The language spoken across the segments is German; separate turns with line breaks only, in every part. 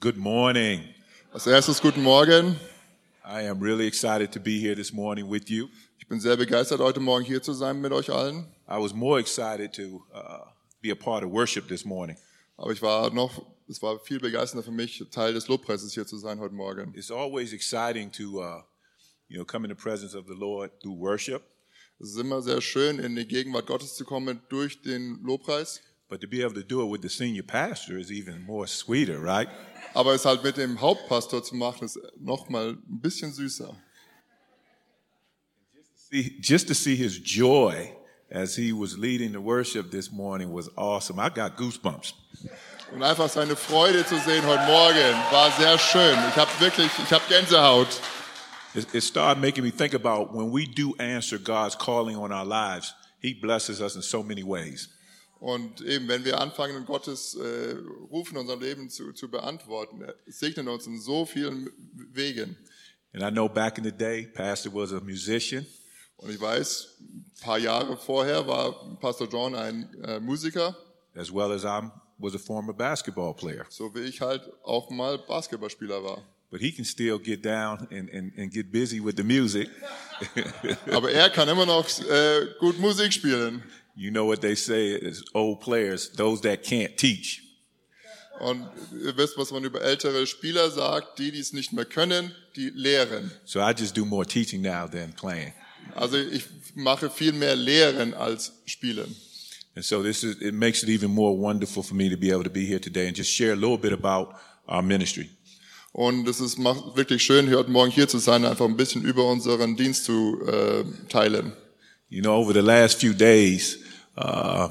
Good morning.
Als erstes guten Morgen.
I am really excited to be here this morning with you.
Ich bin sehr begeistert, heute Morgen hier zu sein mit euch allen.
I was more excited to uh, be a part of worship this morning.
Aber ich war noch, es war viel begeisternder für mich, Teil des Lobpreises hier zu sein heute Morgen.
It's always exciting to, uh, you know, come in the presence of the Lord through worship,
Es ist immer sehr schön, in die Gegenwart Gottes zu kommen durch den Lobpreis.
but to be able to do it with the senior pastor is even more sweeter, right?
Aber es halt mit dem Hauptpastor zu machen, ist nochmal ein bisschen süßer.
See, just to see his joy as he was leading the worship this morning was awesome. I got goosebumps.
Und einfach seine Freude zu sehen heute Morgen war sehr schön. Ich habe wirklich, ich habe Gänsehaut.
It, it started making me think about when we do answer God's calling on our lives, he blesses us in so many ways.
Und eben, wenn wir anfangen, Gottes äh, Ruf in unserem Leben zu, zu beantworten, er segnet uns in so vielen Wegen.
And I know back in the day, Pastor was a musician,
Und ich weiß, ein paar Jahre vorher war Pastor John ein äh, Musiker,
as well as I was a former basketball player.
so wie ich halt auch mal Basketballspieler war.
But he can still get down and, and, and get busy with the music.
Aber er kann immer noch äh, gut Musik spielen.
You know what they say is old players, those that can't teach.
Und ihr wisst, was man über ältere Spieler sagt, die, die es nicht mehr können, die lehren.
So I just do more teaching now than playing.
Also ich mache viel mehr Lehren als Spielen.
And so this is, it makes it even more wonderful for me to be able to be here today and just share a little bit about our ministry.
Und es ist macht wirklich schön, hier heute Morgen hier zu sein, einfach ein bisschen über unseren Dienst zu äh, teilen.
You know, over the last few days, uh,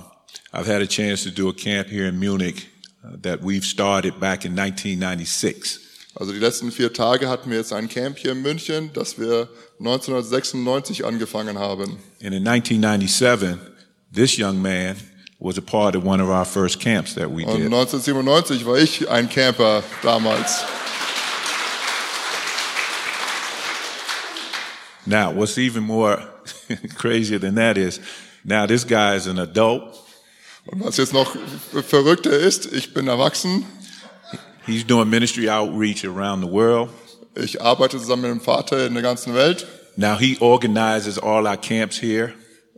I've had a chance to do a camp here in Munich uh, that we've started back in 1996.
Also die letzten vier Tage hatten wir jetzt ein Camp hier in München, das wir 1996 angefangen haben.
And in 1997, this young man was a part of one of our first camps that we
Und
did.
1997 war ich ein Camper damals.
Now, what's even more crazier than that is now this guy is an adult.
Und was jetzt noch verrückter ist, ich bin erwachsen,
He's doing ministry outreach around the world.
ich arbeite zusammen mit meinem Vater in der ganzen Welt
Now he organizes all our camps here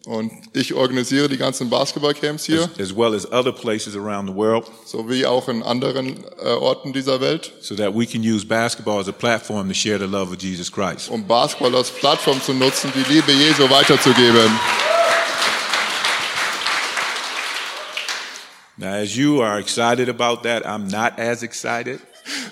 und ich organisiere die ganzen Basketballcamps hier,
as well as other places around the world
sowie auch in anderen äh, Orten dieser Welt,
so that we can use basketball as a platform to share the love of Jesus Christ.
um Basketball als Plattform zu nutzen, die Liebe Jesu weiterzugeben.
Now, as you are excited about that, I'm not as excited.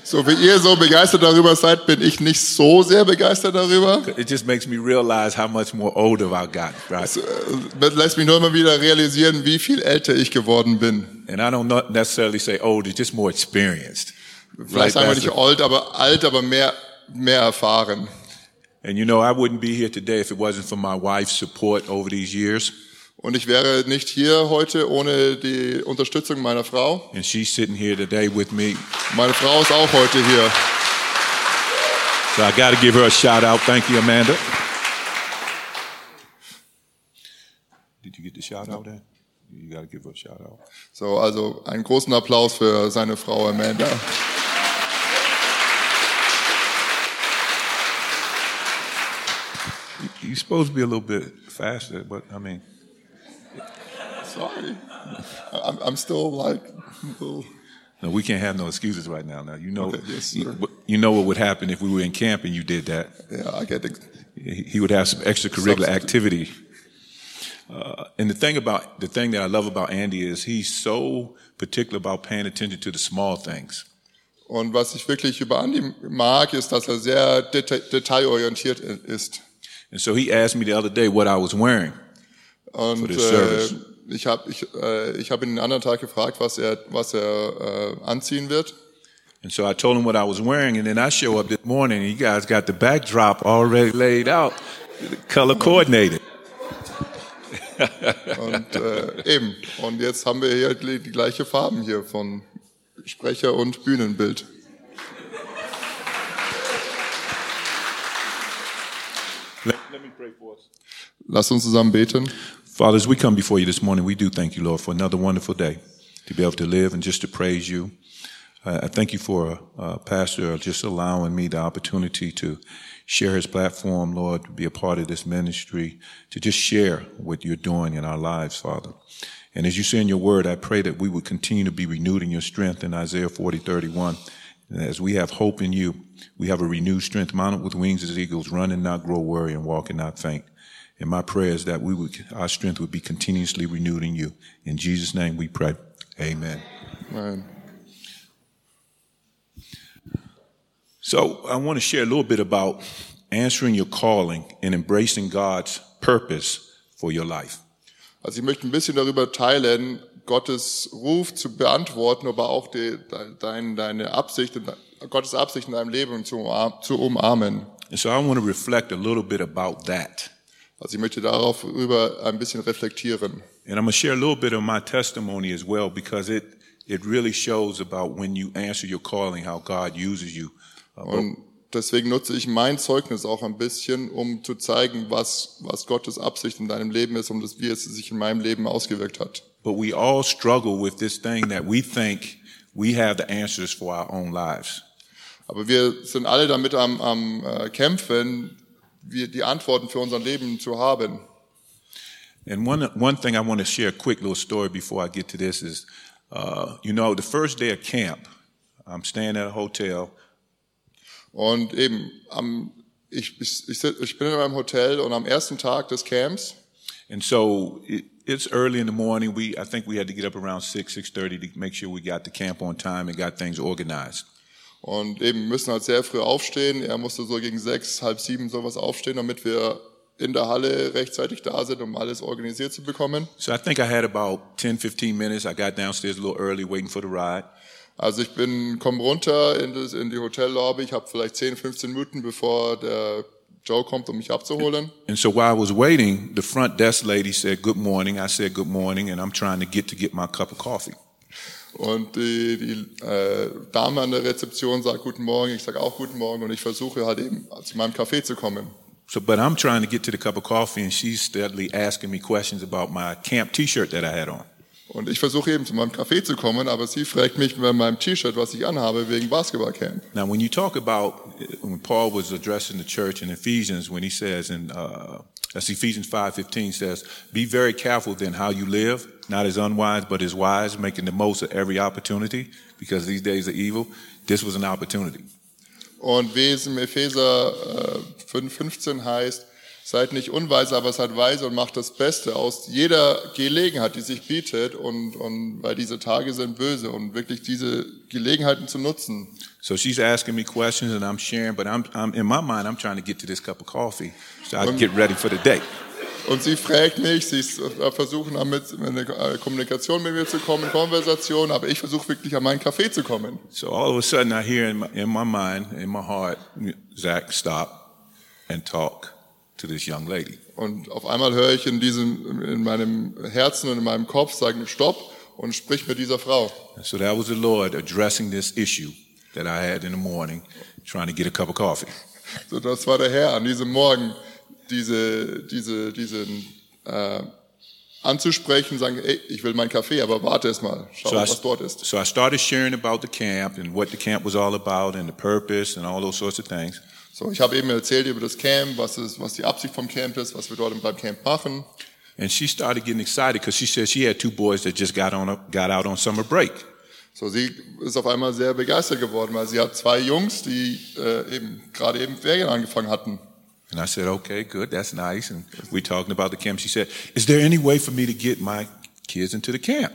So wie ihr so begeistert darüber seid, bin ich nicht so sehr begeistert darüber.
It just makes me realize how much more older I've gotten, right?
Das äh, lässt mich nur immer wieder realisieren, wie viel älter ich geworden bin.
And I don't not necessarily say older, just more experienced. Right,
Vielleicht sagen wir
Pastor?
nicht alt, aber alt, aber mehr, mehr erfahren.
And you know, I wouldn't be here today if it wasn't for my wife's support over these years.
Und ich wäre nicht hier heute ohne die Unterstützung meiner Frau.
And she's sitting here today with me.
Meine Frau ist auch heute hier.
So I got to give her a shout out. Thank you, Amanda. Did you get the shout out there? You got to give her a shout out.
So, also einen großen Applaus für seine Frau Amanda.
You're supposed to be a little bit faster, but I mean,
Sorry. I'm, I'm still like, so.
no, we can't have no excuses right now. Now, you know,
Okay, yes, sir.
you, you know what would happen if we were in camp and you did that.
yeah, I get it.
he he would have some extracurricular
Substitute.
activity. Uh, and the thing about the thing that I love about Andy is he's so particular about paying attention to the small things.
Und was ich wirklich über Andy mag, ist, dass er sehr deta detailorientiert i- ist.
And so he asked me the other day what I was wearing.
Und
the
äh,
service.
ich habe ich, äh, ich hab ihn den anderen Tag gefragt, was er, was er äh, anziehen wird.
And so I told him what I was wearing, and then I show up this morning, and you guys got the backdrop already laid out, color coordinated.
Und äh, eben. Und jetzt haben wir hier die, die gleiche Farben hier von Sprecher und Bühnenbild. Lass uns zusammen beten.
Father, as we come before you this morning, we do thank you, Lord, for another wonderful day to be able to live and just to praise you. I I thank you for uh, Pastor just allowing me the opportunity to share his platform, Lord, to be a part of this ministry, to just share what you're doing in our lives, Father. And as you say in your word, I pray that we would continue to be renewed in your strength in Isaiah 40, 31. And as we have hope in you, we have a renewed strength mounted with wings as eagles, run and not grow weary and walk and not faint. And my prayer is that we would, our strength would be continuously renewed in you. In Jesus' name we pray. Amen.
Nein.
So I want to share a little bit about answering your calling and embracing God's purpose for your life.
Also ich möchte ein bisschen darüber teilen, Gottes Ruf zu beantworten, aber auch die, deine, deine Absicht, Gottes Absicht in deinem Leben zu, umarm- zu umarmen.
And so I want to reflect a little bit about that.
Also ich möchte darauf rüber ein bisschen reflektieren.
And I'm going to share a little bit of my testimony as well because it, it really shows about when you answer your calling, how God uses you. Uh, but
Und deswegen nutze ich mein Zeugnis auch ein bisschen, um zu zeigen, was, was Gottes Absicht in deinem Leben ist und das, wie es sich in meinem Leben ausgewirkt hat.
But we all struggle with this thing that we think we have the answers for our own lives.
Aber wir sind alle damit am, am äh, Kämpfen, wir, die Antworten für unser Leben zu haben.
And one, one thing I want to share a quick little story before I get to this is, uh, you know, the first day of camp, I'm staying at a hotel.
Und eben, am, ich, ich, ich, sit- ich bin in meinem Hotel und am ersten Tag des Camps,
And so it, it's early in the morning. We, I think we had to get up around 6, 6.30 to make sure we got to camp on time and got things organized.
und eben müssen halt sehr früh aufstehen, er musste so gegen sechs, halb sieben sowas aufstehen, damit wir in der Halle rechtzeitig da sind, um alles organisiert zu bekommen.
So I think I had about 10, 15 minutes. I got downstairs a little early waiting for the ride.
Also ich bin, komm runter in, das, in die Hotellobby, ich habe vielleicht 10, 15 Minuten, bevor der Joe kommt, um mich abzuholen.
And so while I was waiting, the front desk lady said, good morning. I said, good morning. And I'm trying to get to get my cup of coffee.
Und die, die äh, Dame an der Rezeption sagt Guten Morgen, ich sage auch Guten Morgen und ich versuche halt eben zu meinem Café zu kommen.
So, but I'm trying to get to the cup of coffee and she's steadily asking me questions about my camp t-shirt that I had on.
Und ich versuche eben zu meinem Café zu kommen, aber sie fragt mich bei meinem T-Shirt, was ich anhabe, wegen Basketballcamp.
Now, when you talk about uh, when Paul was addressing the church in Ephesians, when he says in uh, that's Ephesians five fifteen says, "Be very careful then how you live, not as unwise but as wise, making the most of every opportunity, because these days are evil." This was an opportunity.
Und wie es im Epheser äh, 5, 15 heißt, seid nicht unweise, aber seid weise und macht das Beste aus jeder Gelegenheit, die sich bietet. Und, und weil diese Tage sind böse und wirklich diese Gelegenheiten zu nutzen.
So she's asking me questions and I'm sharing, but I'm, I'm in my mind I'm trying to get to this cup of coffee so I can get ready for the day.
Und sie fragt mich, sie s- äh, versuchen damit in eine äh, Kommunikation mit mir zu kommen, Konversation, aber ich versuche wirklich an meinen Kaffee zu kommen.
So all of a sudden I hear in my, in my mind, in my heart, Zach, stop and talk to this young lady.
Und auf einmal höre ich in diesem, in meinem Herzen und in meinem Kopf sagen, stopp und sprich mit dieser Frau.
And so that was the Lord addressing this issue that I had in the morning, trying to get a cup of coffee.
So, das war der Herr an diesem Morgen, diese, diese, diesen, äh, anzusprechen, sagen, ey, ich will meinen Kaffee, aber warte erst mal, schau,
So I,
mal, was dort ist.
so I started sharing about the camp and what the camp was all about and the purpose and all those sorts of things.
So, ich habe eben erzählt über das Camp, was ist, was die Absicht vom Camp ist, was wir dort beim Camp machen.
And she started getting excited because she said she had two boys that just got on got out on summer break.
So, sie ist auf einmal sehr begeistert geworden, weil sie hat zwei Jungs, die äh, eben gerade eben Ferien angefangen hatten.
And I said, okay, good, that's nice. And we talking about the camp. She said, is there any way for me to get my kids into the camp?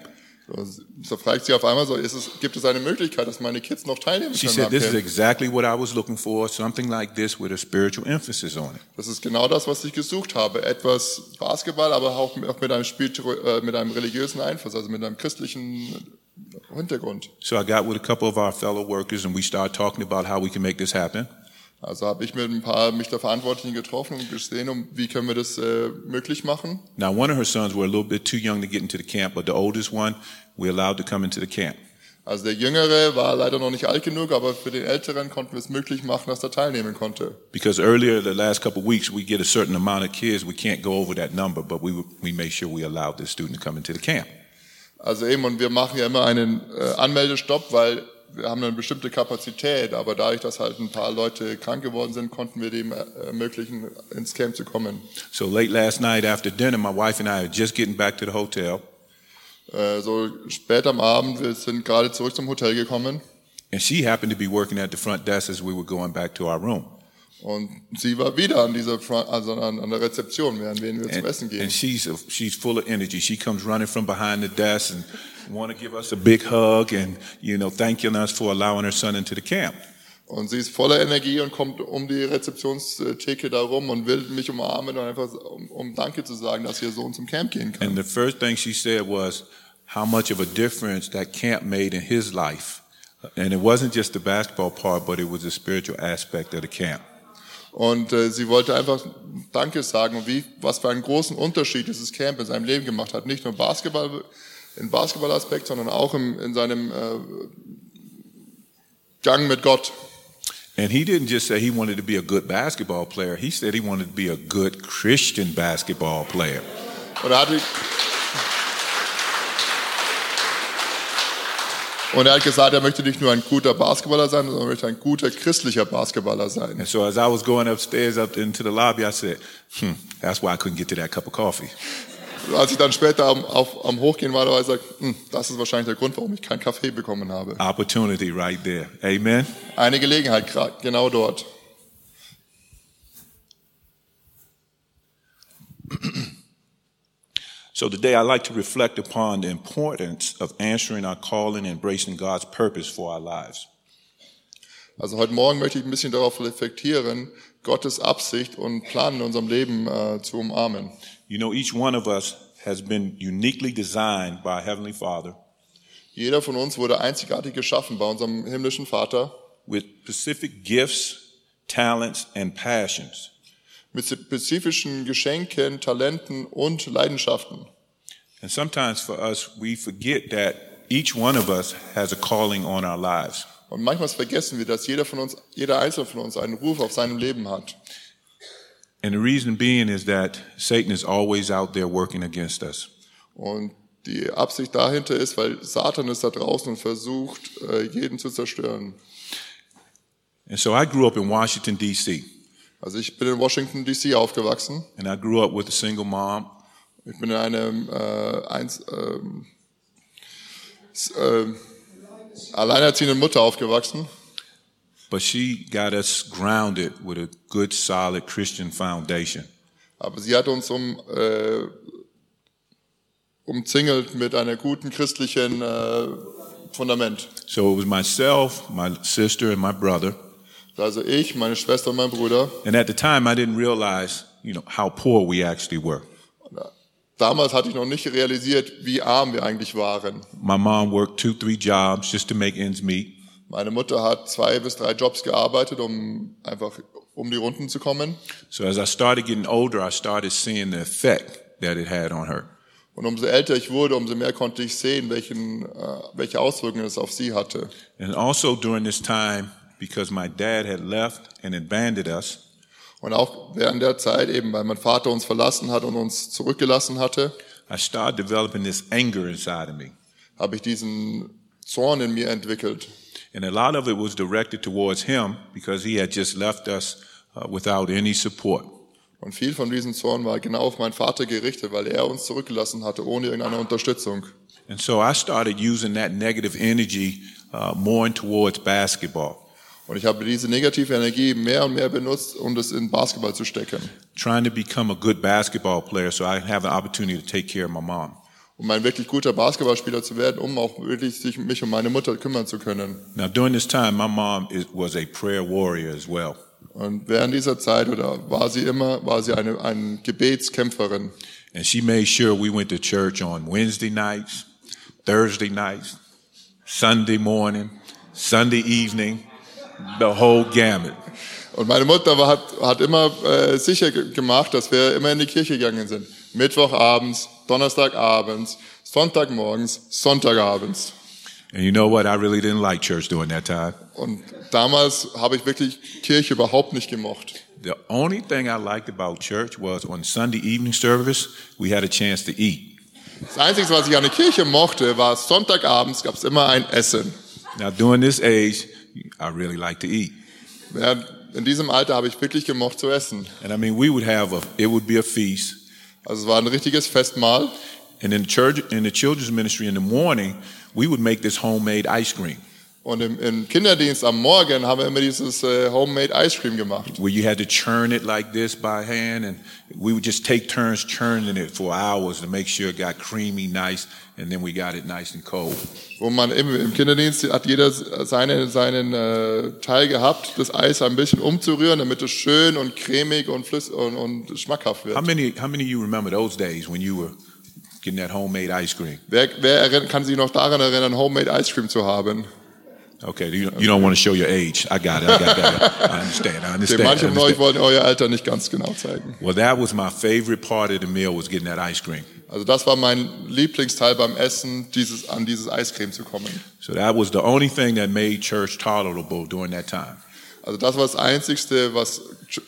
So, so fragt sie auf einmal so, ist es, gibt es eine Möglichkeit, dass meine Kids noch teilnehmen
She
können?
said,
am
this is
Camp?
exactly what I was looking for, something like this with a spiritual emphasis on it.
Das ist genau das, was ich gesucht habe. Etwas Basketball, aber auch auch mit einem, Spiel, äh, mit einem religiösen Einfluss, also mit einem christlichen Hintergrund.
So I got with a couple of our fellow workers and we started talking about how we can make this happen.
Also habe ich mit ein paar mich der Verantwortlichen getroffen und gesehen, um, wie können wir das äh, möglich machen.
Now, one of her sons were a little bit too young to get into the camp, but the oldest one, we allowed to come into the camp.
Also der Jüngere war leider noch nicht alt genug, aber für den Älteren konnten wir es möglich machen, dass er teilnehmen konnte.
Because earlier, the last couple of weeks, we get a certain amount of kids. We can't go over that number, but we, we made sure we allowed this student to come into the camp.
Also eben, und wir machen ja immer einen äh, Anmeldestopp, weil wir haben eine bestimmte Kapazität, aber dadurch, dass halt ein paar Leute krank geworden sind, konnten wir dem äh, ermöglichen, ins Camp zu kommen.
So late last night after dinner, my wife and I are just getting back to the hotel,
Äh, so spät am Abend, wir sind gerade zurück zum Hotel gekommen
and she happened to be working at the front desk as we were going back to our room.
und sie war wieder an dieser Front, also an, an der Rezeption, während wir zum
And,
Essen gehen.
and she's she's full of energy. She comes running from behind the desk and want to give us a big hug and you know thanking us for allowing her son into the camp.
Und sie ist voller Energie und kommt um die Rezeptionstheke da rum und will mich umarmen und einfach um, um Danke zu sagen, dass ihr Sohn zum Camp gehen kann.
And the first thing she said was how much of a difference that camp made in his life. And it wasn't just the basketball part, but it was the spiritual aspect of the camp.
Und äh, sie wollte einfach Danke sagen und wie, was für einen großen Unterschied dieses Camp in seinem Leben gemacht hat. Nicht nur Basketball, im Basketballaspekt, sondern auch im, in seinem äh, Gang mit Gott.
And he didn't just say he wanted to be a good basketball player. He said he wanted to be a good Christian basketball player.
Und er, hat, und er hat gesagt, er möchte nicht nur ein guter Basketballer sein, sondern er möchte ein guter christlicher Basketballer sein.
And so as I was going upstairs up into the lobby, I said, hmm, that's why I couldn't get to that cup of coffee.
Als ich dann später am, auf, am Hochgehen war, da war ich gesagt, hm, das ist wahrscheinlich der Grund, warum ich keinen Kaffee bekommen habe.
Opportunity right there. Amen.
Eine Gelegenheit, gerade genau dort.
So today I'd like to reflect upon the importance of answering our calling and embracing God's purpose for our lives.
Also heute Morgen möchte ich ein bisschen darauf reflektieren, Gottes Absicht und Plan in unserem Leben äh, zu umarmen.
You know, each one of us has been uniquely designed by Heavenly Father
Jeder von uns wurde einzigartig geschaffen bei unserem himmlischen Vater
with specific gifts, talents, and passions.
mit spezifischen Geschenken, Talenten und Leidenschaften.
And sometimes for us, we forget that each one of us has a calling on our lives.
Und manchmal vergessen wir, dass jeder von uns, jeder einzelne von uns einen Ruf auf seinem Leben hat.
And the reason being is that Satan is always out there working against us.
Und die Absicht dahinter ist, weil Satan ist da draußen und versucht, äh, jeden zu zerstören.
And so I grew up in Washington, D.C.,
Also ich bin in Washington DC aufgewachsen.
and I grew up with a single mom
Ich bin in einem äh, eins, ähm, s- ähm, alleinerziehenden Mutter aufgewachsen.
But she got us grounded with a good, solid Christian foundation.
Aber sie hat uns um, äh, umzingelt mit einer guten christlichen äh, Fundament.
So it was myself, my sister, and my brother.
Also ich, meine Schwester und mein Bruder.
And at the time, I didn't realize, you know, how poor we actually were.
Damals hatte ich noch nicht realisiert, wie arm wir eigentlich waren.
My mom worked two, three jobs just to make ends meet.
Meine Mutter hat zwei bis drei Jobs gearbeitet, um einfach um die Runden zu kommen.
So as I started getting older, I started seeing the effect that it had on her.
Und umso älter ich wurde, umso mehr konnte ich sehen, welchen, äh, welche Auswirkungen es auf sie hatte.
And also during this time, because my dad had left and abandoned us,
Und auch während der Zeit eben, weil mein Vater uns verlassen hat und uns zurückgelassen hatte,
I started developing this anger inside of me.
habe ich diesen Zorn in mir entwickelt.
And a lot of it was directed towards him because he had just left us uh, without any support.
Und viel von diesem Zorn war genau auf meinen Vater gerichtet, weil er uns zurückgelassen hatte, ohne irgendeine Unterstützung.
And so I started using that negative energy uh, more in towards basketball,
Und ich habe diese negative Energie mehr und mehr benutzt, um das in Basketball zu stecken,
trying to become a good basketball player so I have an opportunity to take care of my mom.
um ein wirklich guter Basketballspieler zu werden, um auch wirklich sich, mich um meine Mutter kümmern zu können.
Now, during this time, my mom is, was a prayer warrior as well.
Und während dieser Zeit oder war sie immer, war sie eine, eine Gebetskämpferin.
And she made sure we went to church on Wednesday nights, Thursday nights, Sunday morning, Sunday evening, the whole gamut.
Und meine Mutter war, hat, hat immer äh, sicher ge- gemacht, dass wir immer in die Kirche gegangen sind. Mittwochabends, Donnerstagabends, Sonntagmorgens, Sonntagabends.
And you know what? I really didn't like church during that time.
Und damals habe ich wirklich Kirche überhaupt nicht gemocht.
The only thing I liked about church was on Sunday evening service, we had a chance to eat.
Das Einzige, was ich an der Kirche mochte, war Sonntagabends gab es immer ein Essen.
Now, during this age, I really like to eat.
Ja, in diesem Alter habe ich wirklich gemocht zu essen.
And I mean, we would have a, it would be a feast.
Also es war ein richtiges Festmahl.
And in church, in the children's ministry in the morning, we would make this homemade ice cream
Und im, im Kinderdienst am Morgen haben wir immer dieses äh, Homemade Ice Cream gemacht.
where you had to churn it like this by hand. And we would just take turns churning it for hours to make sure it got creamy, nice. And then we got it nice and cold.
Wo man im, im Kinderdienst hat jeder seine, seinen äh, Teil gehabt, das Eis ein bisschen umzurühren, damit es schön und cremig und, flüss und, und schmackhaft wird.
How many, how many of you remember those days when you were getting that homemade ice cream?
Wer, wer erinn- kann sich noch daran erinnern, Homemade Ice Cream zu haben?
Okay, you, you don't want to show your age. I got it. I got it. I, got it. I understand. I
Denn
understand. I
manche von euch
understand.
wollten euer Alter nicht ganz genau zeigen.
Well, that was my favorite part of the meal was getting that ice cream.
Also das war mein Lieblingsteil beim Essen, dieses, an dieses Eiscreme zu kommen.
So that was the only thing that made church tolerable during that time.
Also das war das Einzigste, was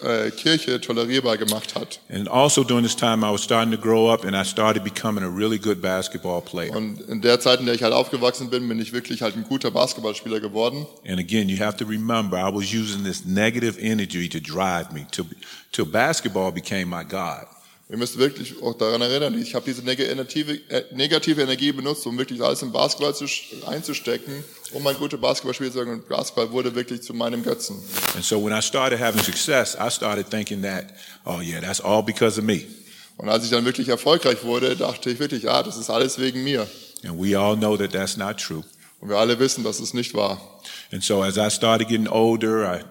äh, Kirche tolerierbar gemacht hat.
And also during this time, I was starting to grow up and I started becoming a really good basketball player.
Und in der Zeit, in der ich halt aufgewachsen bin, bin ich wirklich halt ein guter Basketballspieler geworden.
And again, you have to remember, I was using this negative energy to drive me till, till basketball became my God.
Ihr müsst wirklich auch daran erinnern, ich habe diese negative, äh, negative Energie benutzt, um wirklich alles im Basketball zu, sch- einzustecken, um ein guter Basketballspieler zu sein. Und Basketball wurde wirklich zu meinem Götzen.
And so when I started having success, I started thinking that, oh yeah, that's all because of me.
Und als ich dann wirklich erfolgreich wurde, dachte ich wirklich, ah, das ist alles wegen mir.
And we all know that that's not true.
Und wir alle wissen, dass es nicht war.
And so as I started getting older, I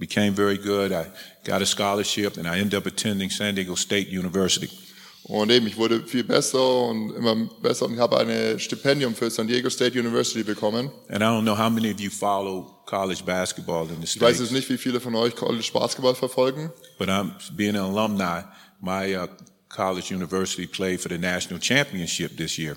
became very good. I got a scholarship and I ended up attending San Diego State University.
Und eben, ich wurde viel besser und immer besser und ich habe ein Stipendium für San Diego State University bekommen.
And I don't know how many of you follow college basketball in the
Ich weiß
States,
jetzt nicht, wie viele von euch College Basketball verfolgen,
but I'm being an alumni. My uh, college university played for the national championship this year.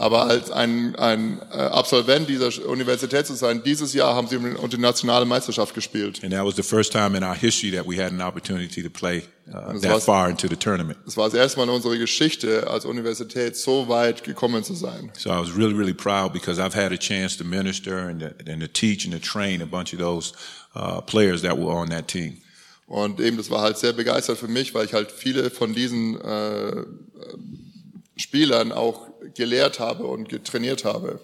aber als ein, ein äh, Absolvent dieser Universität zu sein, dieses Jahr haben sie um die- um die nationale Meisterschaft gespielt.
And that was the first time in our history that we had an opportunity to play uh,
Das
that
war's.
far into the tournament.
Das war das erste Mal in unserer Geschichte als Universität so weit gekommen zu sein.
So I was really, really proud because I've had a chance to minister and to, and to teach and to train a bunch of those uh, players that were on that team.
Und eben, das war halt sehr begeistert für mich, weil ich halt viele von diesen äh, äh, Spielern auch gelehrt habe und getrainiert habe.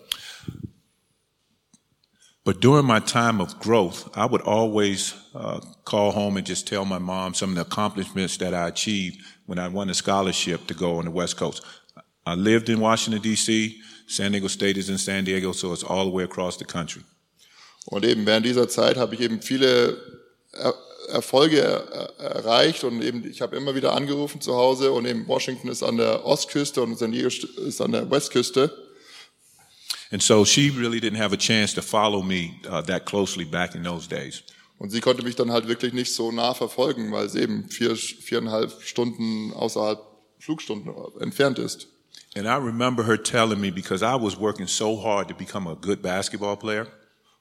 But during my time of growth, I would always uh, call home and just tell my mom some of the accomplishments that I achieved when I won a scholarship to go on the West Coast. I lived in Washington, D.C. San Diego State is in San Diego, so it's all the way across the country.
Und eben während dieser Zeit habe ich eben viele er Erfolge er erreicht und eben ich habe immer wieder angerufen zu Hause und eben Washington ist an der Ostküste und San Diego st- ist an der Westküste.
And so she really didn't have a chance to follow me uh, that closely back in those days.
Und sie konnte mich dann halt wirklich nicht so nah verfolgen, weil es eben vier, viereinhalb Stunden außerhalb Flugstunden entfernt ist.
And I remember her telling me because I was working so hard to become a good basketball player.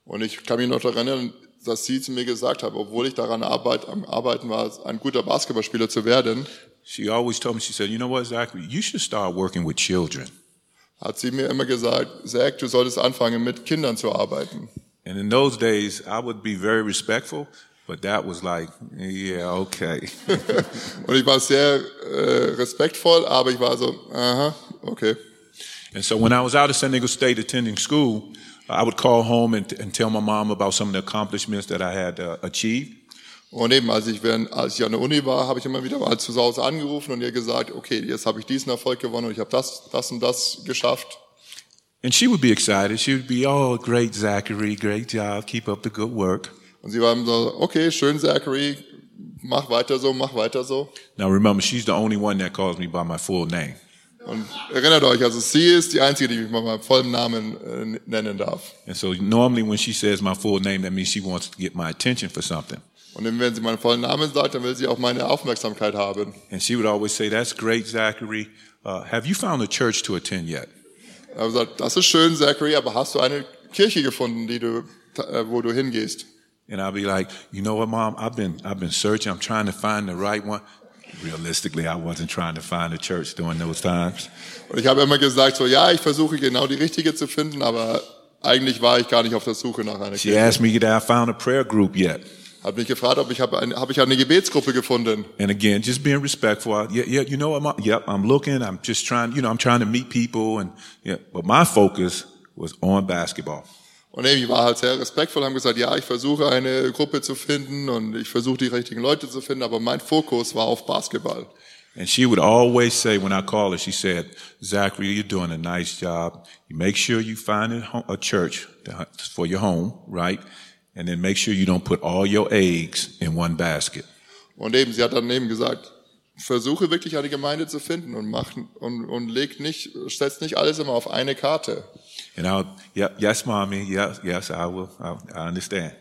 Und ich kann mich noch daran erinnern, dass sie zu mir gesagt hat, obwohl ich daran arbeit, am Arbeiten war, ein guter Basketballspieler zu werden,
She always told me, she said, you know what, Zachary, you should start working with children.
hat sie mir immer gesagt, Zack, du solltest anfangen, mit Kindern zu arbeiten.
And in those days, I would be very respectful, but that was like, yeah, okay.
Und ich war sehr äh, respektvoll, aber ich war so, aha, okay.
and so when I was out of San Diego State attending school, I would call home and, and tell my mom about some of the accomplishments that I had uh, achieved.
Und eben, als ich, während, als ich an der Uni war, habe ich immer wieder mal zu Hause angerufen und ihr gesagt, okay, jetzt habe ich diesen Erfolg gewonnen und ich habe das, das und das geschafft.
And she would be excited. She would be, oh, great, Zachary, great job. Keep up the good work.
Und sie waren so, okay, schön, Zachary, mach weiter so, mach weiter so.
Now remember, she's the only one that calls me by my full name.
Und erinnert euch, also sie ist die Einzige, die mich mal meinem vollen Namen äh, nennen darf.
And so normally when she says my full name, that means she wants to get my attention for something.
Und eben, wenn sie meinen vollen Namen sagt, dann will sie auch meine Aufmerksamkeit haben.
And she would always say, that's great, Zachary. Uh, have you found a church to attend yet?
Aber sagt, das ist schön, Zachary, aber hast du eine Kirche gefunden, die du, äh, wo du hingehst?
And I'll be like, you know what, mom? I've been I've been searching. I'm trying to find the right one. Realistically, I wasn't trying to find a church during those times.
Und ich habe immer gesagt, so ja, ich versuche genau die richtige zu finden, aber Eigentlich war ich gar nicht auf der Suche nach einer
She
Kirche.
asked me, did I found a prayer group yet?
Hat mich gefragt, ob ich habe eine, hab ich eine Gebetsgruppe gefunden.
And again, just being respectful. I, yeah, yeah, you know, I'm, yep, I'm looking. I'm just trying, you know, I'm trying to meet people. And yeah, but my focus was on basketball.
Und eben, ich war halt sehr respektvoll, haben gesagt, ja, ich versuche eine Gruppe zu finden und ich versuche die richtigen Leute zu finden, aber mein Fokus war auf Basketball.
And she would always say when I call her, she said, Zachary, you're doing a nice job. You make sure you find a, ho- a church to- for your home, right? And then make sure you don't put all your eggs in one basket.
Und eben, sie hat dann eben gesagt, versuche wirklich eine Gemeinde zu finden und mach, und, und leg nicht, setz nicht alles immer auf eine Karte.
And I'll, yep, yes, mommy. Yes, yes, I will. I, I understand.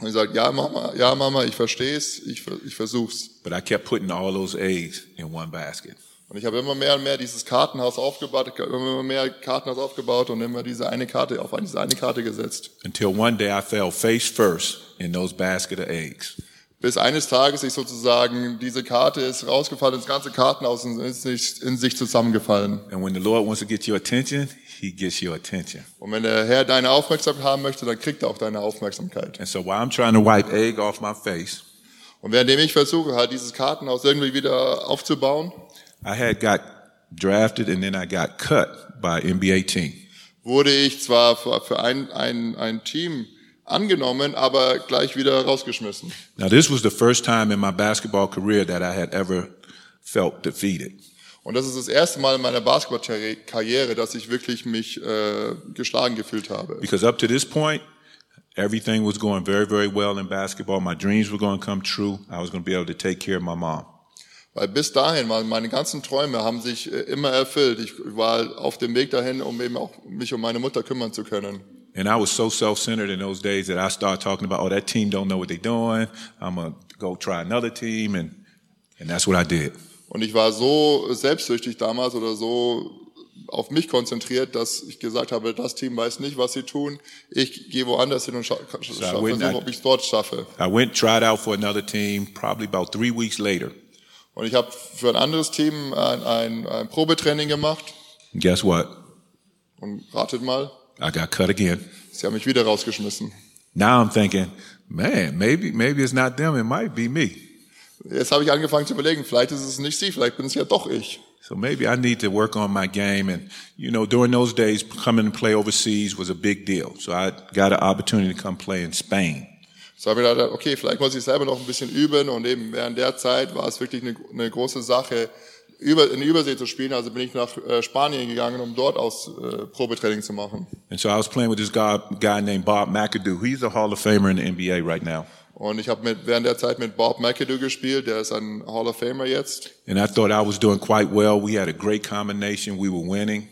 Und ich sage, ja Mama, ja Mama, ich versteh's, ich, ver- ich versuch's.
But I kept putting all those eggs in one basket.
Und ich habe immer mehr und mehr dieses Kartenhaus aufgebaut, immer mehr Kartenhaus aufgebaut und immer diese eine Karte auf diese eine Karte gesetzt.
Until one day I fell face first in those basket of eggs.
Bis eines Tages ich sozusagen, diese Karte ist rausgefallen, das ganze Kartenhaus ist nicht in sich zusammengefallen.
And when the Lord wants to get your attention, he gets your attention.
Und wenn der Herr deine Aufmerksamkeit haben möchte, dann kriegt er auch deine Aufmerksamkeit.
And so while I'm trying to wipe egg off my face,
Und währenddem ich versuche, halt dieses Kartenhaus irgendwie wieder aufzubauen,
I had got drafted and then I got cut by an NBA team.
wurde ich zwar für für ein, ein, ein Team angenommen, aber gleich wieder rausgeschmissen.
Now this was the first time in my basketball career that I had ever felt defeated.
Und das ist das erste Mal in meiner Basketballkarriere, dass ich wirklich mich äh, geschlagen gefühlt habe.
Because up to this point, everything was going very, very well in basketball. My dreams were going to come true. I was going to be able to take care of my mom.
Weil bis dahin waren meine ganzen Träume haben sich äh, immer erfüllt. Ich war auf dem Weg dahin, um eben auch mich um meine Mutter kümmern zu können.
And I was so self-centered in those days that I started talking about, oh, that team don't know what they're doing. I'm gonna go try another team, and and that's what I did.
Und ich war so selbstsüchtig damals oder so auf mich konzentriert, dass ich gesagt habe, das Team weiß nicht, was sie tun. Ich gehe woanders hin und scha- scha- scha-
wouldn't
versuche,
I-
ob ich es dort schaffe.
I went tried out for another team. Probably about three weeks later,
Und ich habe für ein anderes Team ein, ein, ein Probetraining gemacht.
and guess what?
Und ratet mal,
I got cut again.
sie haben mich wieder rausgeschmissen.
Now I'm thinking, man, maybe maybe it's not them. It might be me.
Jetzt habe ich angefangen zu überlegen, vielleicht ist es nicht sie, vielleicht bin es ja doch ich.
So maybe I need to work on my game. And you know, during those days, coming to play overseas was a big deal. So I got an opportunity to come play in Spain.
So habe ich gedacht, okay, vielleicht muss ich selber noch ein bisschen üben und eben während der Zeit war es wirklich eine, eine große Sache, über, in Übersee zu spielen. Also bin ich nach äh, Spanien gegangen, um dort aus äh, Probetraining zu machen.
And so I was playing with this guy, guy named Bob McAdoo. He's a Hall of Famer in the NBA right now.
Und ich habe mit, während der Zeit mit Bob McAdoo gespielt, der ist ein Hall of Famer jetzt.
And I thought I was doing quite well. We had a great combination. We were winning.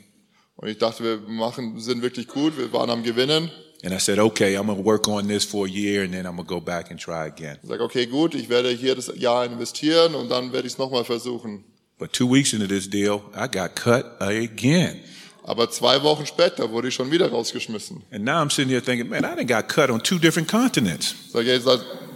Und ich dachte, wir machen, sind wirklich gut, wir waren am Gewinnen.
And I said, okay, I'm going to work on this for a year and then I'm going to go back and try again.
Ich sage, okay, gut, ich werde hier das Jahr investieren und dann werde ich es nochmal versuchen.
But two weeks into this deal, I got cut again.
Aber zwei Wochen später wurde ich schon wieder rausgeschmissen.
And now I'm sitting here thinking, man, I done got cut on two different continents.
Sag ich, jetzt,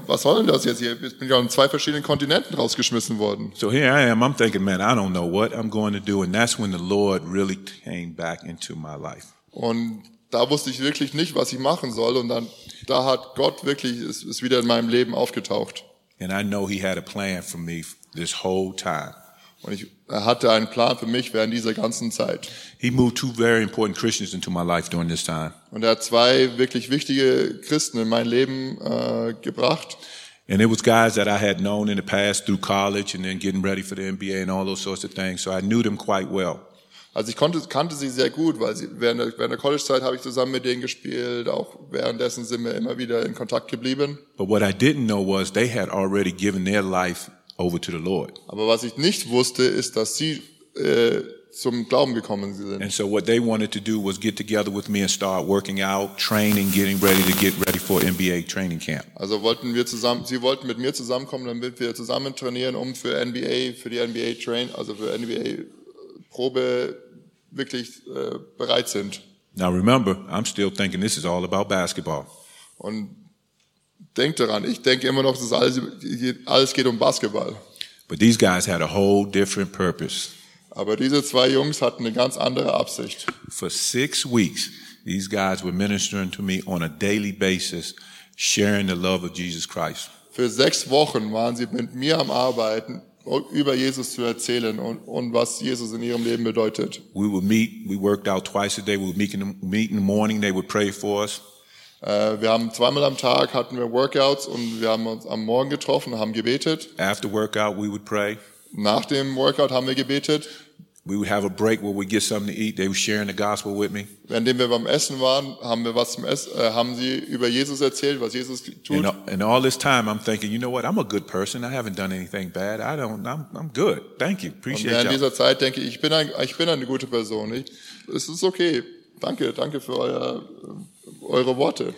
was soll denn das jetzt hier? Jetzt bin ich an zwei verschiedenen Kontinenten rausgeschmissen worden.
So here I am. I'm thinking, man, I don't know what I'm going to do. And that's when the Lord really came back into my life.
Und da wusste ich wirklich nicht, was ich machen soll. Und dann, da hat Gott wirklich, ist, ist wieder in meinem Leben aufgetaucht.
And I know he had a plan for me this whole time.
Und ich, er hatte einen Plan für mich während dieser ganzen Zeit.
He moved two very important Christians into my life during this time.
Und er hat zwei wirklich wichtige Christen in mein Leben äh, gebracht.
And it was guys that I had known in the past through college and then getting ready for the NBA and all those sorts of things. So I knew them quite well.
Also ich konnte, kannte sie sehr gut, weil sie, während der, während der College-Zeit habe ich zusammen mit denen gespielt. Auch währenddessen sind wir immer wieder in Kontakt geblieben.
But what I didn't know was they had already given their life over to the Lord.
Aber was ich nicht wusste, ist, dass sie äh, zum Glauben gekommen sind.
And so what they wanted to do was get together with me and start working out, training, getting ready to get ready for NBA training camp.
Also wollten wir zusammen, sie wollten mit mir zusammenkommen, damit wir zusammen trainieren, um für NBA, für die NBA Train, also für NBA Probe wirklich äh, bereit sind.
Now remember, I'm still thinking this is all about basketball.
Und denkt daran, ich denke immer noch, dass alles, alles geht um Basketball.
But these guys had a whole different purpose.
Aber diese zwei Jungs hatten eine ganz andere Absicht.
For six weeks, these guys were ministering to me on a daily basis, sharing the love of Jesus Christ.
Für sechs Wochen waren sie mit mir am Arbeiten, um über Jesus zu erzählen und, und was Jesus in ihrem Leben bedeutet.
We would meet, we worked out twice a day. We would meet in the, meet in the morning, they would pray for us.
Äh, Wir haben zweimal am Tag hatten wir Workouts und wir haben uns am Morgen getroffen und haben gebetet.
After workout, we would pray.
Nach dem Workout haben wir gebetet.
We would have a break where we get something to eat. They were sharing the gospel with me.
Währenddem wir beim Essen waren, haben wir was zum Essen, äh, haben sie über Jesus erzählt, was Jesus
And,
tut.
and all this time, I'm thinking, you know what? I'm a good person. I haven't done anything bad. I don't, I'm, I'm good. Thank you.
Und
Appreciate
während
you.
dieser Zeit denke ich, ich bin, ein, ich bin eine gute Person. Ich, es ist okay. Danke, danke für euer, eure Worte.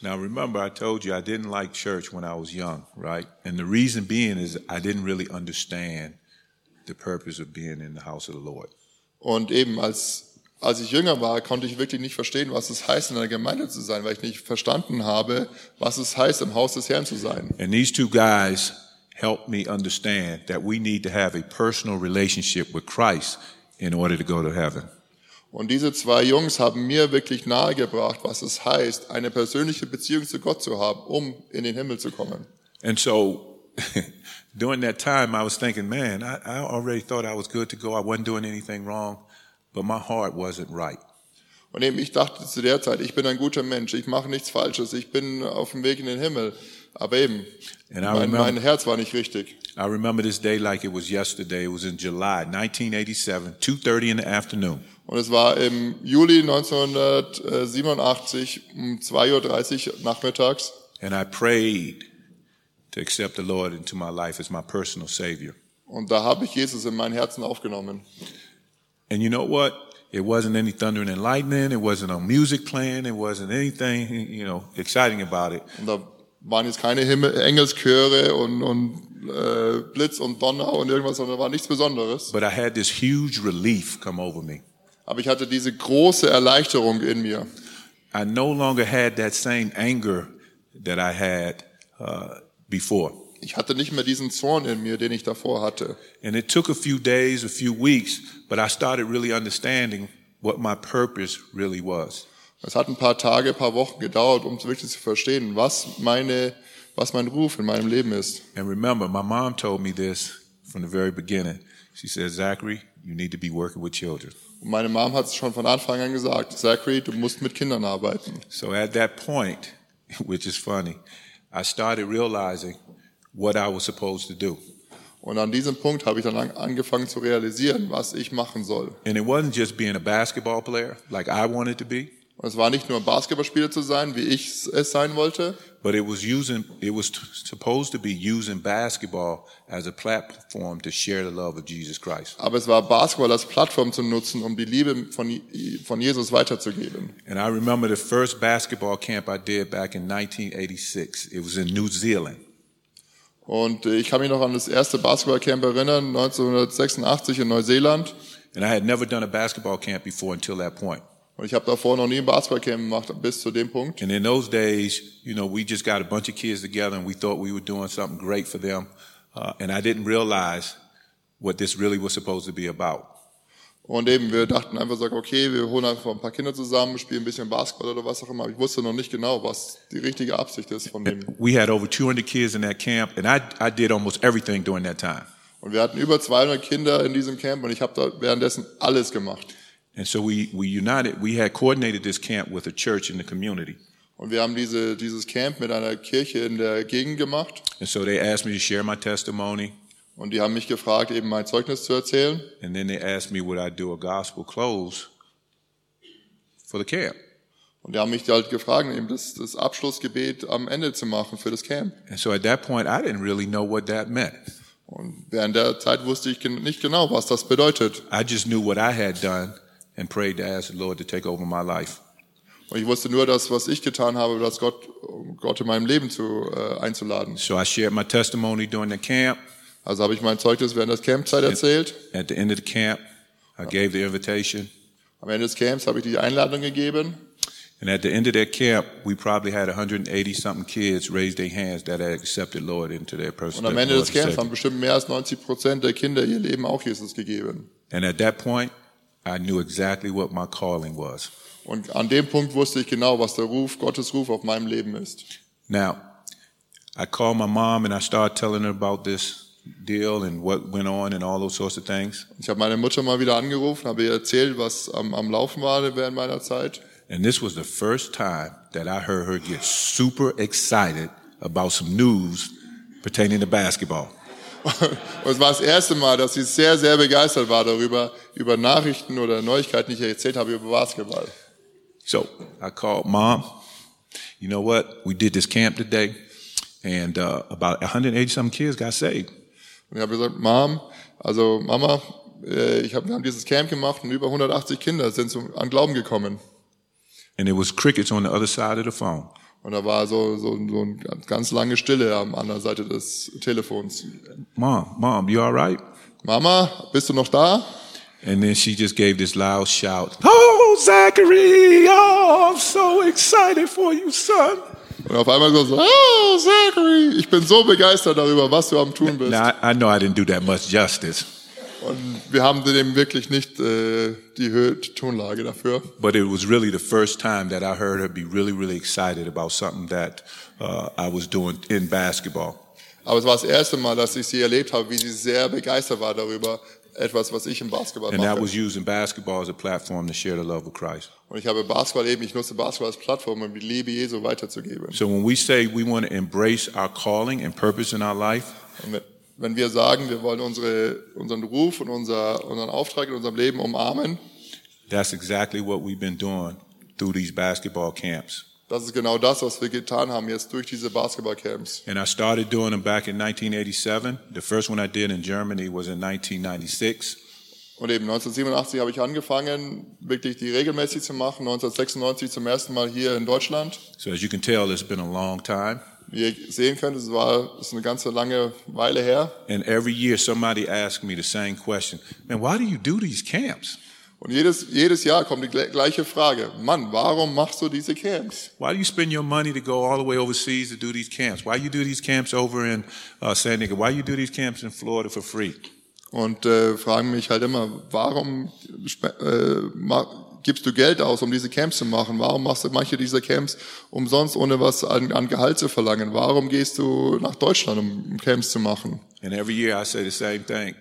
Now remember, I told you I didn't like church when I was young, right? And the reason being is I didn't really understand the purpose of being in the house of the Lord.
Und eben als, als ich jünger war, konnte ich wirklich nicht verstehen, was es heißt, in einer Gemeinde zu sein, weil ich nicht verstanden habe, was es heißt, im Haus des Herrn zu sein.
And these two guys helped me understand that we need to have a personal relationship with Christ in order to go to heaven.
Und diese zwei Jungs haben mir wirklich nahegebracht, was es heißt, eine persönliche Beziehung zu Gott zu haben, um in den Himmel zu kommen.
And so during that time, I was thinking, man, I, I already thought I was good to go. I wasn't doing anything wrong, but my heart wasn't right.
Und eben ich dachte zu der Zeit, ich bin ein guter Mensch, ich mache nichts Falsches, ich bin auf dem Weg in den Himmel. Aber eben,
And I
mein, mein
remember,
Herz war nicht richtig.
I remember this day like it was yesterday. It was in July 1987, 2.30 in the afternoon.
Und es war im Juli 1987 um 2.30 Uhr nachmittags.
And I prayed to accept the Lord into my life as my personal savior.
Und da habe ich Jesus in mein Herzen aufgenommen.
And you know what? It wasn't any thundering and lightning. It wasn't a music playing. It wasn't anything, you know, exciting about it.
Und da waren jetzt keine Himmel, Engelschöre und, und äh, Blitz und Donner und irgendwas, sondern da war nichts Besonderes.
But I had this huge relief come over me.
Aber ich hatte diese große Erleichterung in mir.
I no longer had that same anger that I had uh, before.
Ich hatte nicht mehr diesen Zorn in mir, den ich davor hatte.
And it took a few days, a few weeks, but I started really understanding what my purpose really was.
Es hat ein paar Tage, ein paar Wochen gedauert, um wirklich zu verstehen, was meine, was mein Ruf in meinem Leben ist.
And remember, my mom told me this from the very beginning. She said, Zachary, you need to be working with children.
Und meine Mom hat es schon von Anfang an gesagt, Zachary, du musst mit Kindern arbeiten.
So at that point, which is funny, I started realizing what I was supposed to do.
Und an diesem Punkt habe ich dann an- angefangen zu realisieren, was ich machen soll.
And it wasn't just being a basketball player like I wanted to be,
Und es war nicht nur Basketballspieler zu sein, wie ich es sein wollte,
but it was using, it was t- supposed to be using basketball as a platform to share the love of Jesus Christ.
aber es war Basketball als Plattform zu nutzen, um die Liebe von, Je- von Jesus weiterzugeben.
And I remember the first basketball camp I did back in 1986. It was in New Zealand.
Und äh, ich kann mich noch an das erste Basketballcamp erinnern, 1986 in Neuseeland.
And I had never done a basketball camp before until that point.
Und ich habe davor noch nie ein Basketballcamp gemacht, bis zu dem Punkt.
And in those days, you know, we just got a bunch of kids together and we thought we were doing something great for them. Uh, and I didn't realize what this really was supposed to be about.
Und eben, wir dachten einfach so, okay, wir holen einfach ein paar Kinder zusammen, spielen ein bisschen Basketball oder was auch immer. Aber ich wusste noch nicht genau, was die richtige Absicht ist von dem.
We had over 200 kids in that camp and I, I did almost everything during that time.
Und wir hatten über 200 Kinder in diesem Camp und ich habe da währenddessen alles gemacht.
And so we, we united, we had coordinated this camp with a church in the community.
Und wir haben diese, dieses Camp mit einer Kirche in der Gegend gemacht.
And so they asked me to share my testimony.
Und die haben mich gefragt, eben mein Zeugnis zu erzählen.
And then they asked me, would I do a gospel close for the camp?
Und die haben mich halt gefragt, eben das, das Abschlussgebet am Ende zu machen für das Camp.
And so at that point, I didn't really know what that meant.
Und während der Zeit wusste ich gen- nicht genau, was das bedeutet.
I just knew what I had done and prayed to ask the Lord to take over my life.
Und ich wusste nur, dass was ich getan habe, dass Gott, um Gott in meinem Leben zu, äh, einzuladen.
So I shared my testimony during the camp.
Also habe ich mein Zeugnis während der Campzeit erzählt.
At the end of the camp, I gave the invitation.
Am Ende des Camps habe ich die Einladung gegeben.
And at the end of that camp, we probably had 180 something kids raise their hands that had accepted Lord into their
Und
personal
am Ende des Camps haben bestimmt mehr als 90 Prozent der Kinder ihr Leben auch Jesus gegeben.
And at that point, I knew exactly what my calling was.
Und an dem Punkt wusste ich genau, was der Ruf, Gottes Ruf auf meinem Leben ist.
Now, I called my mom and I started telling her about this deal and what went on and all those sorts of things.
Ich habe meine Mutter mal wieder angerufen, habe ihr erzählt, was am, am Laufen war während meiner Zeit.
And this was the first time that I heard her get super excited about some news pertaining to basketball.
Und es war das erste Mal, dass sie sehr, sehr begeistert war darüber, über Nachrichten oder Neuigkeiten, die ich ihr erzählt habe über Basketball.
So I called mom. You know what? We did this camp today, and uh, about 180 some kids got saved.
Und ich habe gesagt, Mom, also Mama, äh, ich hab, wir haben dieses Camp gemacht und über 180 Kinder sind zum, an Glauben gekommen.
And it was crickets on the other side of the phone.
Und da war so, so, so eine ganz lange Stille am anderen Seite des Telefons.
Mom, mom, you all right?
Mama, bist du noch da?
And then she just gave this loud shout. Oh, Zachary! Oh, I'm so excited for you, son.
Und auf einmal so, so, oh, Zachary, ich bin so begeistert darüber, was du am tun bist.
Now I, I know I didn't do that much justice,
Und wir haben dem wirklich nicht äh, die Höhe die Tonlage dafür.
but it was really the first time that I heard her be really, really excited about something that uh, I was doing in basketball.
Aber es war das erste Mal, dass ich sie erlebt habe, wie sie sehr begeistert war darüber, etwas, was ich im Basketball
And that
mache.
was using basketball as a platform to share the love of Christ.
Und ich habe Basketball eben, ich nutze Basketball als Plattform, um die Liebe Jesu weiterzugeben.
So when we say we want to embrace our calling and purpose in our life,
Und wenn- wenn wir sagen, wir wollen unsere, unseren Ruf und unser, unseren Auftrag in unserem Leben umarmen,
that's exactly what we've been doing through these basketball camps.
das ist genau das, was wir getan haben jetzt durch diese Basketballcamps.
And I started doing them back in 1987. The first one I did in Germany was in 1996.
Und eben 1987 habe ich angefangen, wirklich die regelmäßig zu machen, 1996 zum ersten Mal hier in Deutschland.
So as you can tell, it's been a long time.
Wie ihr sehen könnt, es war es ist eine ganze lange Weile her.
And every year somebody asked me the same question. Man, why do you do these camps?
Und jedes, jedes Jahr kommt die gle- gleiche Frage. Mann, warum machst du diese Camps?
Why do you spend your money to go all the way overseas to do these camps? Why you do these camps over in uh, San Diego? Why you do these camps in Florida for free?
Und äh, fragen mich halt immer, warum spe- äh, ma- gibst du Geld aus, um diese Camps zu machen? Warum machst du manche dieser Camps umsonst, ohne was an, an Gehalt zu verlangen? Warum gehst du nach Deutschland, um Camps zu machen?
And every year I say the same thing.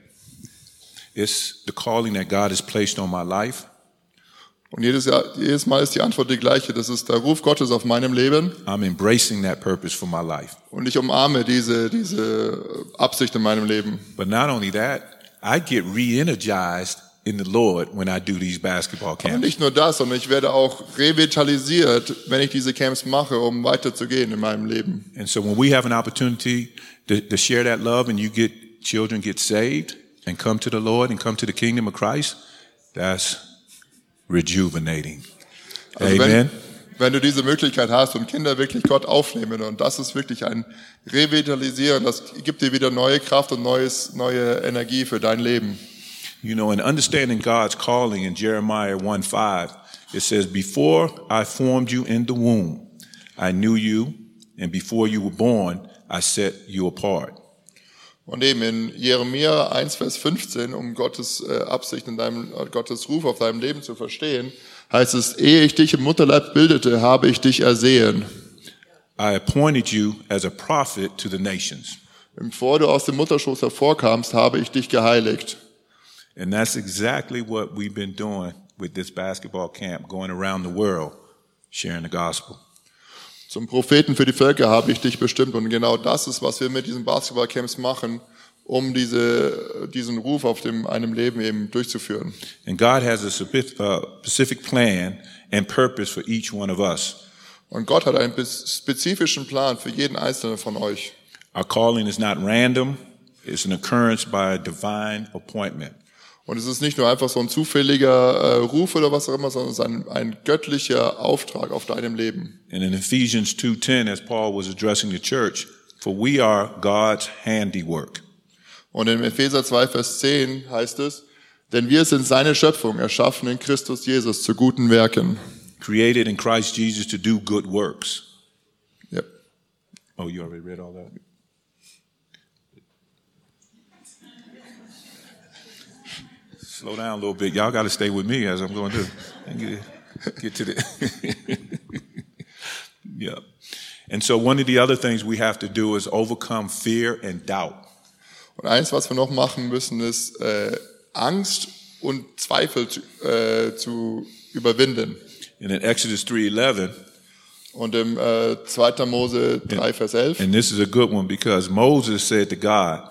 It's the calling that God has placed on my life.
Und jedes, Jahr, jedes Mal ist die Antwort die gleiche. Das ist der Ruf Gottes auf meinem Leben.
I'm embracing that purpose for my life.
Und ich umarme diese, diese Absicht in meinem Leben.
But not only that, I get re-energized in the Lord when I do these basketball
Und
camps.
nicht nur das, sondern ich werde auch revitalisiert, wenn ich diese Camps mache, um weiterzugehen in meinem Leben.
And so when we have an opportunity to, to share that love and you get children get saved and come to the Lord and come to the kingdom of Christ, that's rejuvenating.
Also
Amen.
wenn, wenn du diese Möglichkeit hast und Kinder wirklich Gott aufnehmen, und das ist wirklich ein Revitalisieren, das gibt dir wieder neue Kraft und neues, neue Energie für dein Leben.
You know, in understanding God's calling in Jeremiah 1 5, it says, Before I formed you in the womb, I knew you, and before you were born, I set you apart.
Und eben in Jeremia 1, Vers 15, um Gottes äh, Absicht in deinem, äh, Gottes Ruf auf deinem Leben zu verstehen, heißt es, ehe ich dich im Mutterleib bildete, habe ich dich ersehen.
I appointed you as a prophet to the nations.
Bevor du aus dem Mutterschoß hervorkamst, habe ich dich geheiligt.
And that's exactly what we've been doing with this basketball camp, going around the world, sharing the gospel.
Zum Propheten für die Völker habe ich dich bestimmt. Und genau das ist, was wir mit diesen Basketballcamps machen, um diese, diesen Ruf auf dem, einem Leben eben durchzuführen.
And God has a specif- uh, specific plan and purpose for each one of us.
Und Gott hat einen bes- spezifischen Plan für jeden Einzelnen von euch.
Our calling is not random. It's an occurrence by a divine appointment.
Und es ist nicht nur einfach so ein zufälliger äh, Ruf oder was auch immer, sondern es ist ein, ein göttlicher Auftrag auf deinem Leben.
And in Ephesians 2:10 as Paul was addressing the church, for we are God's handiwork.
Und in Epheser 2, Vers 10 heißt es, denn wir sind seine Schöpfung, erschaffen in Christus Jesus zu guten Werken.
created in Christ Jesus to do good works.
Ja.
Oh, you already read all that? slow down a little bit. Y'all got to stay with me as I'm going to and get, get to the. yeah. And so one of the other things we have to do is overcome fear and doubt.
Und eins, was wir noch machen müssen, ist äh, Angst und Zweifel zu, äh, zu überwinden.
And in Exodus 3:11,
Und im äh, 2. Mose 3, Vers 11,
and this is a good one because Moses said to God,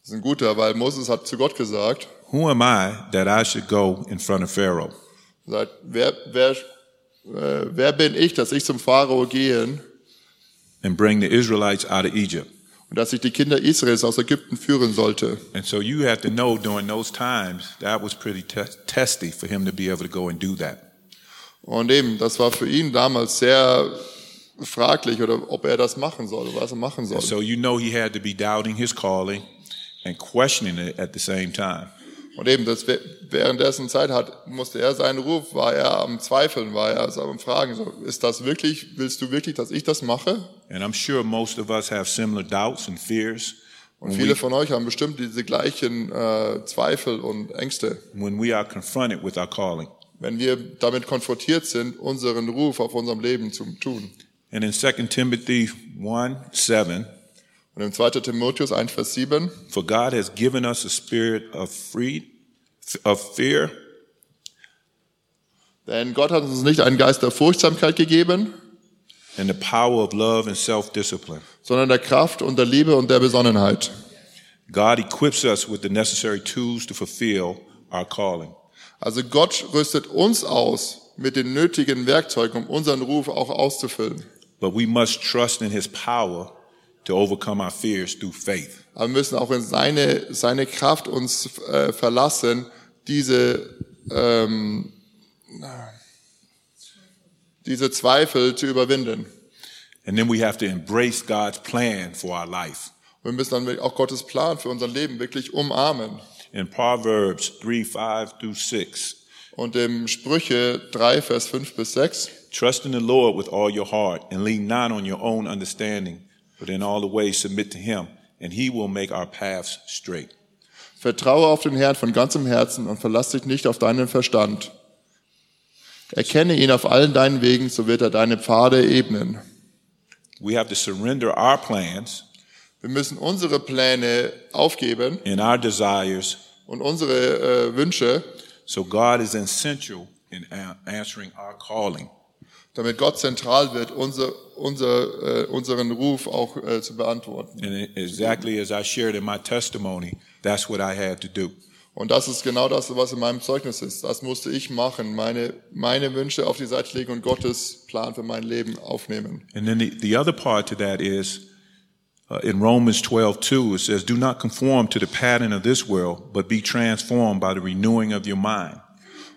das ist ein guter, weil Moses hat zu Gott gesagt,
"Who am I that I should go in front of Pharaoh?"
sagt, wer, wer, äh, wer bin ich, dass ich zum Pharao gehen
and bring the Israelites out of Egypt.
und dass ich die Kinder Israels aus Ägypten führen sollte?
And so you have to know during those times that was pretty te- testy for him to be able to go and do that.
Und eben, das war für ihn damals sehr fraglich, oder ob er das machen soll, was er machen soll.
So you know he had to be doubting his calling and questioning it at the same time.
Und eben, das, wär- währenddessen Zeit hat, musste er seinen Ruf, war er am Zweifeln, war er so am Fragen, so, ist das wirklich, willst du wirklich, dass ich das mache?
And I'm sure most of us have similar doubts and fears
Und
when we,
viele von euch haben bestimmt diese gleichen äh, Zweifel und Ängste.
when we are confronted with our calling.
Wenn wir damit konfrontiert sind, unseren Ruf auf unserem Leben zu tun.
And in 2 Timothy 1 7,
Und im 2. Timotheus 1, Vers 7,
for God has given us a spirit of free, of fear,
denn Gott hat uns nicht einen Geist der Furchtsamkeit gegeben,
and the power of love and self discipline.
sondern der Kraft und der Liebe und der Besonnenheit.
God equips us with the necessary tools to fulfill our calling.
Also Gott rüstet uns aus mit den nötigen Werkzeugen, um unseren Ruf auch auszufüllen.
But we must trust in his power to overcome our fears through faith.
Aber wir müssen auch in seine, seine Kraft uns äh, verlassen, diese, ähm, diese Zweifel zu überwinden.
And then we have to embrace God's plan for our life.
Wir müssen dann wirklich auch Gottes Plan für unser Leben wirklich umarmen.
In Proverbs 3, 5 through 6,
Und im Sprüche 3, Vers 5 bis 6,
trust in the Lord with all your heart and lean not on your own understanding, but in all the ways submit to him and he will make our paths straight.
Vertraue auf den Herrn von ganzem Herzen und verlass dich nicht auf deinen Verstand. Erkenne ihn auf allen deinen Wegen, so wird er deine Pfade ebnen.
We have to surrender our plans
Wir müssen unsere Pläne aufgeben
and our desires
und unsere äh, Wünsche,
so God is essential in a- answering our calling.
damit Gott zentral wird, unser, unser, äh, unseren Ruf auch äh, zu beantworten.
And it- exactly as I shared in my testimony, that's what I had to do.
Und das ist genau das, was in meinem Zeugnis ist. Das musste ich machen, meine, meine Wünsche auf die Seite legen und Gottes Plan für mein Leben aufnehmen.
And then the, the other part to that is uh, in Romans 12, 2, it says, Do not conform to the pattern of this world, but be transformed by the renewing of your mind.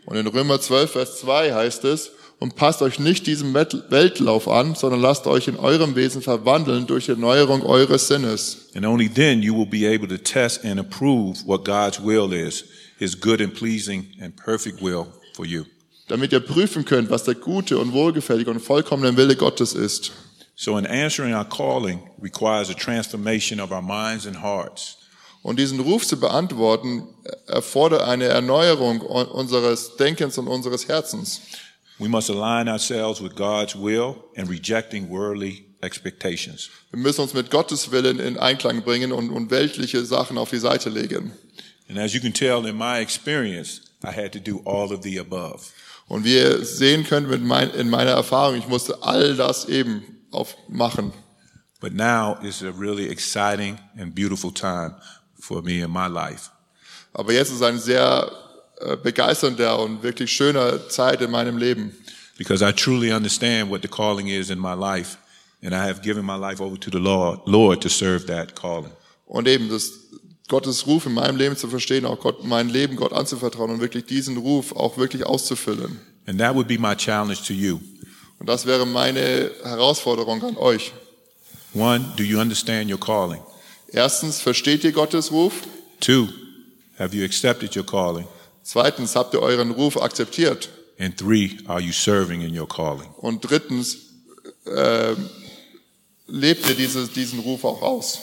Und in Römer 12, Vers 2 heißt es, und passt euch nicht diesem Wett- Weltlauf an, sondern lasst euch in eurem Wesen verwandeln durch die Erneuerung eures Sinnes.
And only then you will be able to test and approve what God's will is, his good and pleasing and perfect will for you.
damit ihr prüfen könnt, was der gute und wohlgefällige und vollkommene Wille Gottes ist.
So, in answering our calling requires a transformation of our minds and hearts.
Und diesen Ruf zu beantworten, erfordert eine Erneuerung un- unseres Denkens und unseres Herzens.
We must align ourselves with God's will and rejecting worldly expectations.
Wir müssen uns mit Gottes Willen in Einklang bringen und, und weltliche Sachen auf die Seite legen.
And as you can tell in my experience, I had to do all of the above.
Und wie ihr sehen könnt mit mein, in meiner Erfahrung, ich musste all das eben auf machen.
But now is a really exciting and beautiful time for me in my life.
Aber jetzt ist ein sehr äh, begeisternder und wirklich schöner Zeit in meinem Leben.
because I truly understand what the calling is in my life, and I have given my life over to the Lord, Lord to serve that calling.
Und eben das Gottes Ruf in meinem Leben zu verstehen, auch Gott, mein Leben Gott anzuvertrauen und wirklich diesen Ruf auch wirklich auszufüllen.
And that would be my challenge to you.
Und das wäre meine Herausforderung an euch.
One, do you understand your calling?
Erstens, versteht ihr Gottes Ruf?
Two, have you accepted your calling?
Zweitens, habt ihr euren Ruf akzeptiert?
And three, are you serving in your calling?
Und drittens, ähm, lebt ihr dieses, diesen Ruf auch aus?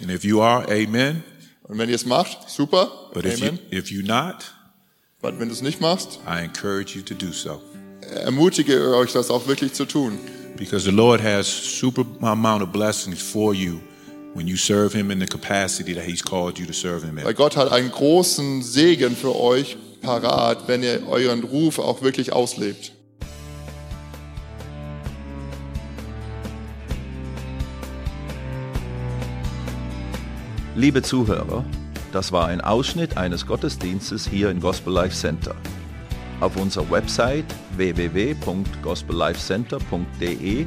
And if you are, amen.
Und wenn ihr es macht, super,
But if you
Amen.
if you not,
Weil wenn du es nicht machst,
I encourage you to do so
ermutige euch das auch wirklich zu tun.
because the Lord has super amount of blessings for you when you serve Him in the capacity that He's called you to serve Him
Weil
in.
Gott hat einen großen Segen für euch parat, wenn ihr euren Ruf auch wirklich auslebt.
Liebe Zuhörer, das war ein Ausschnitt eines Gottesdienstes hier im Gospel Life Center. Auf unserer Website www.gospellifecenter.de